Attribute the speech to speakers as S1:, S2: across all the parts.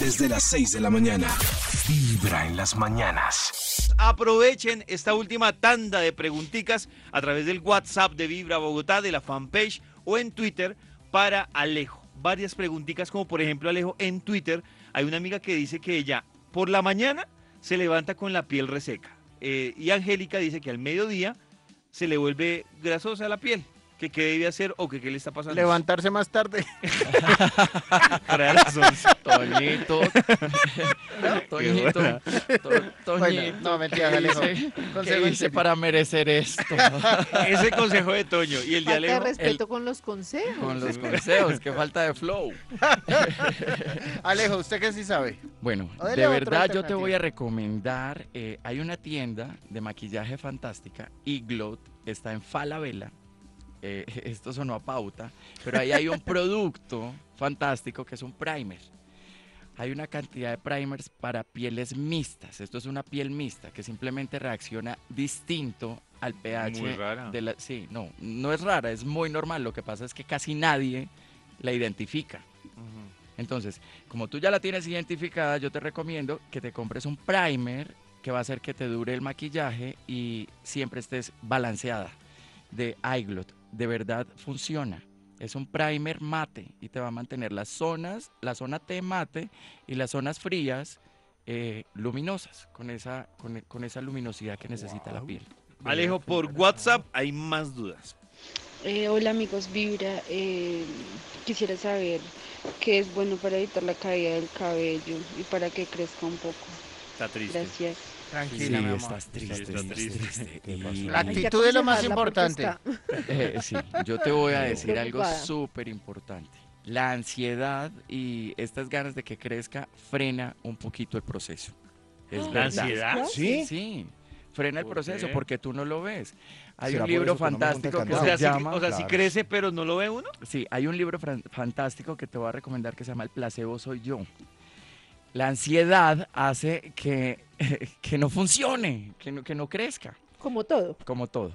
S1: Desde las 6 de la mañana. Vibra en las mañanas.
S2: Aprovechen esta última tanda de preguntitas a través del WhatsApp de Vibra Bogotá, de la fanpage o en Twitter para Alejo. Varias preguntitas como por ejemplo Alejo en Twitter hay una amiga que dice que ella por la mañana se levanta con la piel reseca eh, y Angélica dice que al mediodía se le vuelve grasosa la piel. ¿Que qué debe hacer o que qué le está pasando?
S3: Levantarse más tarde.
S2: Para las once.
S4: Toñito. Toñito. To- Toñito.
S3: Bueno, no, mentira,
S4: ¿Qué
S3: Alejo.
S4: hice?
S3: Consejo
S4: ¿Qué hice
S3: íntimo.
S4: para merecer esto?
S2: Ese consejo de Toño y el de
S5: Falta de
S2: Alejo.
S5: respeto con los consejos.
S4: Con los consejos, qué falta de flow.
S3: Alejo, usted que sí sabe.
S4: Bueno,
S3: O dele
S4: de
S3: otra
S4: verdad yo te
S3: alternativa.
S4: voy a recomendar, eh, hay una tienda de maquillaje fantástica, Iglot, está en Falabella, eh, esto sonó a pauta, pero ahí hay un producto fantástico que es un primer. Hay una cantidad de primers para pieles mixtas, esto es una piel mixta que simplemente reacciona distinto al pH
S2: Muy rara.
S4: de la- sí, no, no es rara, es muy normal, lo que pasa es que casi nadie la identifica. Entonces, como tú ya la tienes identificada, yo te recomiendo que te compres un primer que va a hacer que te dure el maquillaje y siempre estés balanceada de iGlot. De verdad funciona. Es un primer mate y te va a mantener las zonas, la zona T mate y las zonas frías eh, luminosas con esa, con, con esa luminosidad que necesita la piel.
S2: Alejo, por WhatsApp hay más dudas.
S6: Eh, hola amigos Vibra, eh, quisiera saber qué es bueno para evitar la caída del cabello y para que crezca un poco.
S2: Está triste.
S6: Gracias.
S3: Tranquila,
S4: Sí,
S3: mi amor.
S4: estás triste,
S2: Sí, está
S4: estás
S2: triste.
S4: triste.
S1: ¿Qué
S4: Y-
S1: pasó?
S3: La
S5: Hay que
S3: actitud es lo más
S5: aconsejarla porque
S3: importante.
S5: está-
S4: Eh, sí, yo te voy a decir algo
S6: Preocupada.
S4: súper importante. La ansiedad y estas ganas de que crezca frena un poquito el proceso. Es
S2: ¿La
S4: verdad.
S2: ansiedad?
S4: Sí, sí. Frena el
S2: ¿Por
S4: proceso
S2: qué?
S4: porque tú no lo ves. Hay
S1: ¿Será
S4: un
S1: por
S4: libro
S1: eso que no me monta
S4: fantástico que
S2: O
S1: candado?
S4: se
S2: sea, sí,
S4: llama...
S2: o sea, sí
S1: Claro.
S2: crece, pero no lo ve uno.
S4: Sí, hay un libro fran- fantástico que te voy a recomendar que se llama El placebo soy yo. La ansiedad hace que, que no funcione, que no, que no crezca
S5: Como todo.
S4: como todo.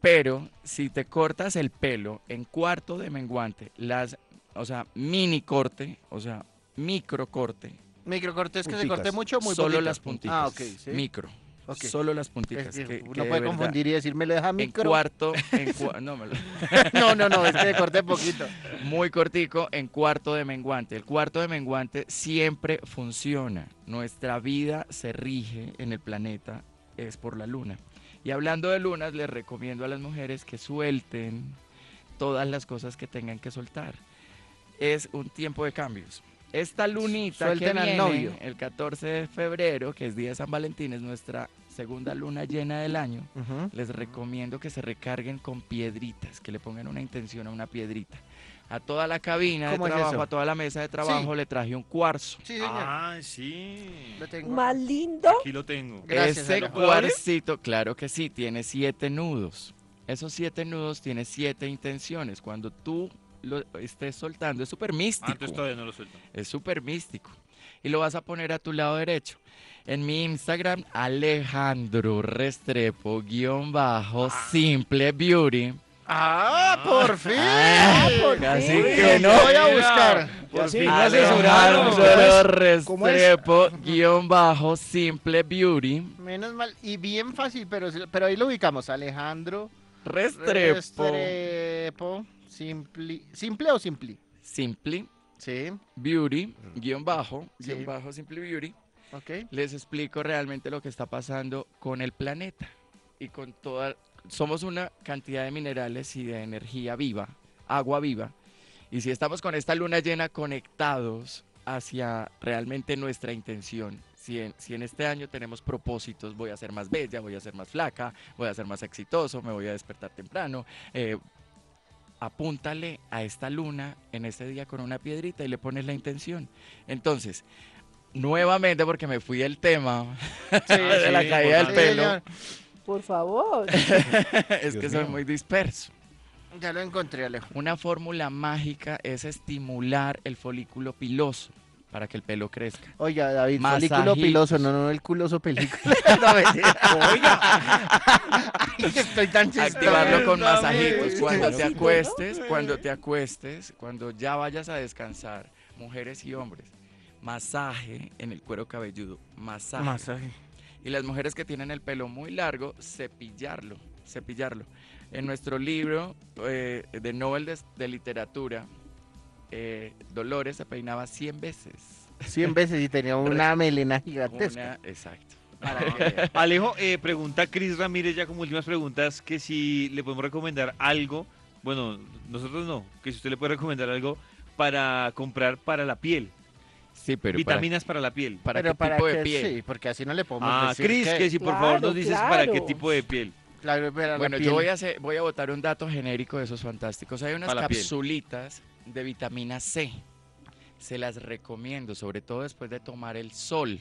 S4: Pero si te cortas el pelo en cuarto de menguante, las, o sea, mini corte, o sea, micro corte,
S3: Microcortes que se
S1: Punticas.
S3: corte mucho, muy
S4: solo
S3: poquito.
S4: las puntitas,
S3: Ah, ok, sí.
S4: micro,
S3: Ok.
S4: solo las
S3: Es
S4: puntitas.
S3: que
S4: que- que
S3: uno
S4: de
S3: puede
S4: verdad,
S3: confundir y decirme lo deja
S4: En
S3: micro.
S4: cuarto, en cua- no, me lo-
S3: No, no, no, este corté poquito.
S4: muy cortico, en cuarto de menguante. El cuarto de menguante siempre funciona. Nuestra vida se rige en el planeta, es por la luna. Y hablando de lunas, les recomiendo a las mujeres que suelten todas las cosas que tengan que soltar. Es un tiempo de cambios. Esta lunita
S3: Suelten
S4: que
S3: al
S4: viene,
S3: novio.
S4: el 14 de febrero, que es día de San Valentín, es nuestra segunda luna llena del año. Les recomiendo que se recarguen con piedritas, que le pongan una intención a una piedrita. A toda la cabina de
S3: ¿Cómo es
S4: trabajo,
S3: eso?
S4: a toda la mesa de trabajo le traje un cuarzo.
S3: Sí, señor.
S4: Ah.
S2: Ah, sí.
S3: Lo tengo.
S5: Más lindo.
S2: Aquí lo tengo.
S3: Gracias,
S4: Ese
S3: Alejo.
S4: cuarcito, claro que sí, tiene siete nudos. Esos siete nudos tienen siete intenciones. Cuando tú lo estés soltando, es súper místico.
S2: Ah, entonces todavía no lo suelto.
S4: Es súper místico. Y lo vas a poner a tu lado derecho. En mi Instagram, Alejandro Restrepo, guión bajo,
S2: Ah.
S4: Simple Beauty.
S3: Ah, por fin.
S4: Ah,
S5: Así
S4: Así
S5: fin.
S4: que no.
S3: Voy a buscar.
S1: Por fin
S4: Alejandro
S1: asesoraron. ¿Cómo es? ¿Cómo es?
S4: Restrepo, guión bajo, Simple Beauty.
S3: pues, Menos mal. Y bien fácil, pero, pero ahí lo ubicamos. Alejandro
S4: Restrepo,
S3: Restrepo. Simpli- ¿Simple o simpli?
S4: Simple
S3: Sí,
S4: Beauty, guión bajo,
S3: Sí.
S4: guión bajo, Simple Beauty.
S3: ok.
S4: les explico realmente lo que está pasando con el planeta y con toda... Somos una cantidad de minerales y de energía viva, agua viva, y si estamos con esta luna llena conectados hacia realmente nuestra intención, si en, si en este año tenemos propósitos, voy a ser más bella, voy a ser más flaca, voy a ser más exitoso, me voy a despertar temprano, eh, apúntale a esta luna en este día con una piedrita y le pones la intención. Entonces, nuevamente, porque me fui del tema de la
S2: sí,
S4: caída del
S2: importante.
S4: pelo,
S5: Por favor.
S4: es que
S1: Dios
S4: soy
S1: mío.
S4: muy disperso.
S3: señor. Ya lo encontré, Alejo.
S4: Una fórmula mágica es estimular el folículo piloso para que el pelo crezca.
S3: Oiga, David,
S4: Masajitos.
S3: folículo piloso, no, no, el culoso película. no, mentira. Ay, estoy tan chistoso.
S4: Activarlo con
S2: Dame.
S4: masajitos. Cuando te
S5: Masajito, ¿no?
S4: acuestes, cuando te acuestes, cuando ya vayas a descansar, mujeres y hombres, masaje en el cuero cabelludo, masaje.
S2: Masaje.
S4: Y las mujeres que tienen el pelo muy largo, cepillarlo, cepillarlo. En nuestro libro eh, de Nobel de, de Literatura, eh, Dolores se peinaba 100 veces.
S3: 100 veces y tenía una melena gigantesca.
S4: Una, exacto.
S2: Alejo, eh, pregunta Cris Ramírez ya como últimas preguntas que si le podemos recomendar algo, bueno, nosotros no, que si usted le puede recomendar algo para comprar para la piel,
S4: Sí, pero
S2: vitaminas para, la piel.
S4: para,
S3: Pero
S4: qué tipo de
S3: qué-
S4: piel.
S3: Sí, porque así no le podemos
S2: Ah,
S3: decir
S2: Cris, que, si por favor nos
S5: Claro,
S2: dices para qué
S5: claro.
S2: tipo de piel.
S3: Claro, pero la
S4: Bueno,
S3: piel-
S4: yo voy a, hacer- voy a botar un dato genérico de esos fantásticos. Hay unas
S2: Pa' la piel.
S4: capsulitas de vitamina C. Se las recomiendo, sobre todo después de tomar el sol.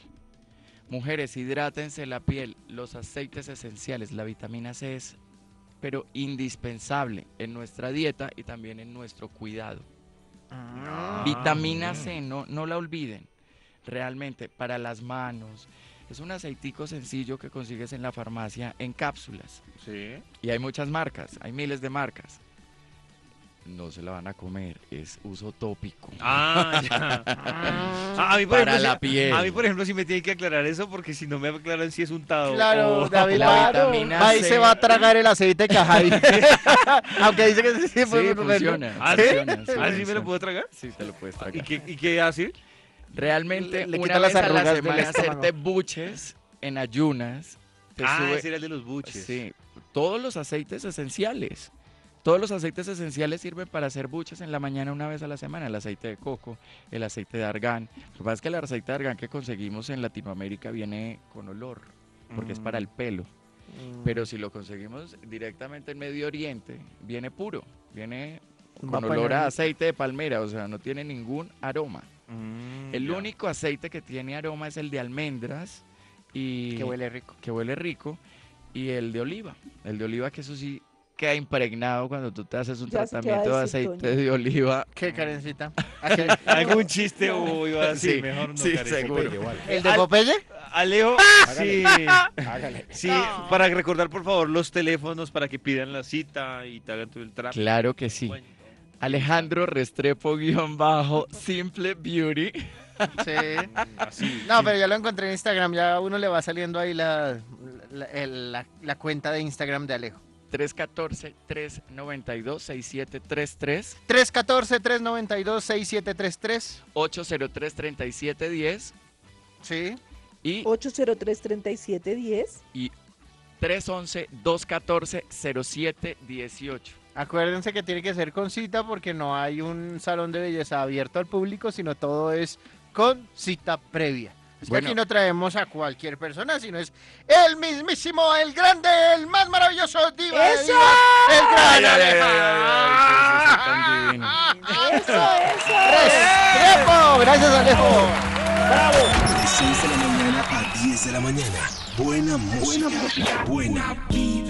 S4: Mujeres, hidrátense la piel, los aceites esenciales, la vitamina C es pero indispensable en nuestra dieta y también en nuestro cuidado.
S3: Ah,
S4: vitamina C, no, no la olviden. Realmente, para las manos. Es un aceitico sencillo que consigues en la farmacia en cápsulas.
S3: Sí.
S4: Y hay muchas marcas, hay miles de marcas. No se la van a comer, es uso tópico.
S2: Ah, ya. Ah. A, a mí, por
S4: Ah. Para
S2: ejemplo,
S4: la
S2: si-
S4: piel.
S2: a mí, por ejemplo, sí me tiene que aclarar eso porque si no me aclaran si es untado.
S3: Claro,
S2: o-
S3: David
S4: la
S3: va-
S5: claro.
S4: vitamina
S3: ahí
S4: C.
S3: se va a tragar el aceite que hay. Aunque dice que sí,
S4: Sí,
S3: fue-
S4: funciona.
S2: ¿Ah, sí?
S4: funciona, sí,
S2: ¿Ah, sí me
S4: funciona.
S2: lo puedo tragar?
S4: Sí, te lo puedes
S2: ¿Y
S4: tragar.
S2: qué, y qué hace?
S4: Realmente,
S3: Le- le
S4: una
S3: quita
S4: vez
S3: las
S4: a la
S3: arrugas del
S4: semana
S3: estómago.
S4: hacerte buches en ayunas, te
S2: Ah,
S4: sube-
S2: ese era el de los buches.
S4: Sí, todos los aceites esenciales. Todos los aceites esenciales sirven para hacer buches en la mañana una vez a la semana. El aceite de coco, el aceite de argán. Lo que pasa es que el aceite de argán que conseguimos en Latinoamérica viene con olor, porque es para
S3: Mm.
S4: el pelo. Pero si lo conseguimos directamente en Medio Oriente, viene puro, viene
S3: Va
S4: con
S3: para
S4: olor
S3: el-
S4: a aceite de palmera, o sea, no tiene ningún aroma.
S2: Mm,
S4: El
S2: ya.
S4: único aceite que tiene aroma es el de almendras y
S3: Que huele rico.
S4: que huele rico, y el de oliva. El de oliva que eso sí queda impregnado cuando tú te haces un
S5: Ya sé qué va a
S4: tratamiento de
S5: decir,
S4: aceite
S5: Toño.
S4: de oliva.
S3: ¿Qué, Karencita? ¿A qué?
S2: ¿Algún chiste o iba a decir?
S4: Sí,
S2: mejor no,
S4: sí,
S2: Karen.
S4: seguro.
S3: ¿El de
S2: Al-
S3: Popeye?
S2: Alejo, sí. Sí, para recordar, por favor, los teléfonos para que pidan la cita y te hagan todo el trapo.
S4: Claro que sí.
S2: Bueno.
S4: Alejandro Restrepo guión bajo Simple Beauty.
S3: Mm, Sí.
S2: Así.
S3: No, pero ya lo encontré en Instagram. Ya a uno le va saliendo ahí la, la, el- la- la cuenta de Instagram de Alejo.
S4: 314-392-6733,
S3: 314-392-6733.
S4: 803-3710
S3: Sí.
S4: y
S5: 803-3710.
S4: 311-214-0718.
S3: Acuérdense que tiene que ser con cita porque no hay un salón de belleza abierto al público, sino todo es con cita previa. Es
S4: Bueno.
S3: que aquí no traemos a cualquier persona, sino es el mismísimo, el grande, el más maravilloso diva de
S5: ¡Eso!
S3: divas, el gran
S4: Ay, ay, ay,
S3: Alejandro.
S4: ay, ay, sí,
S5: Eso, eso.
S3: Restrepo. Gracias, Alejo.
S1: De 6 de la mañana a 10 de la mañana. Buena música. Buena vibra.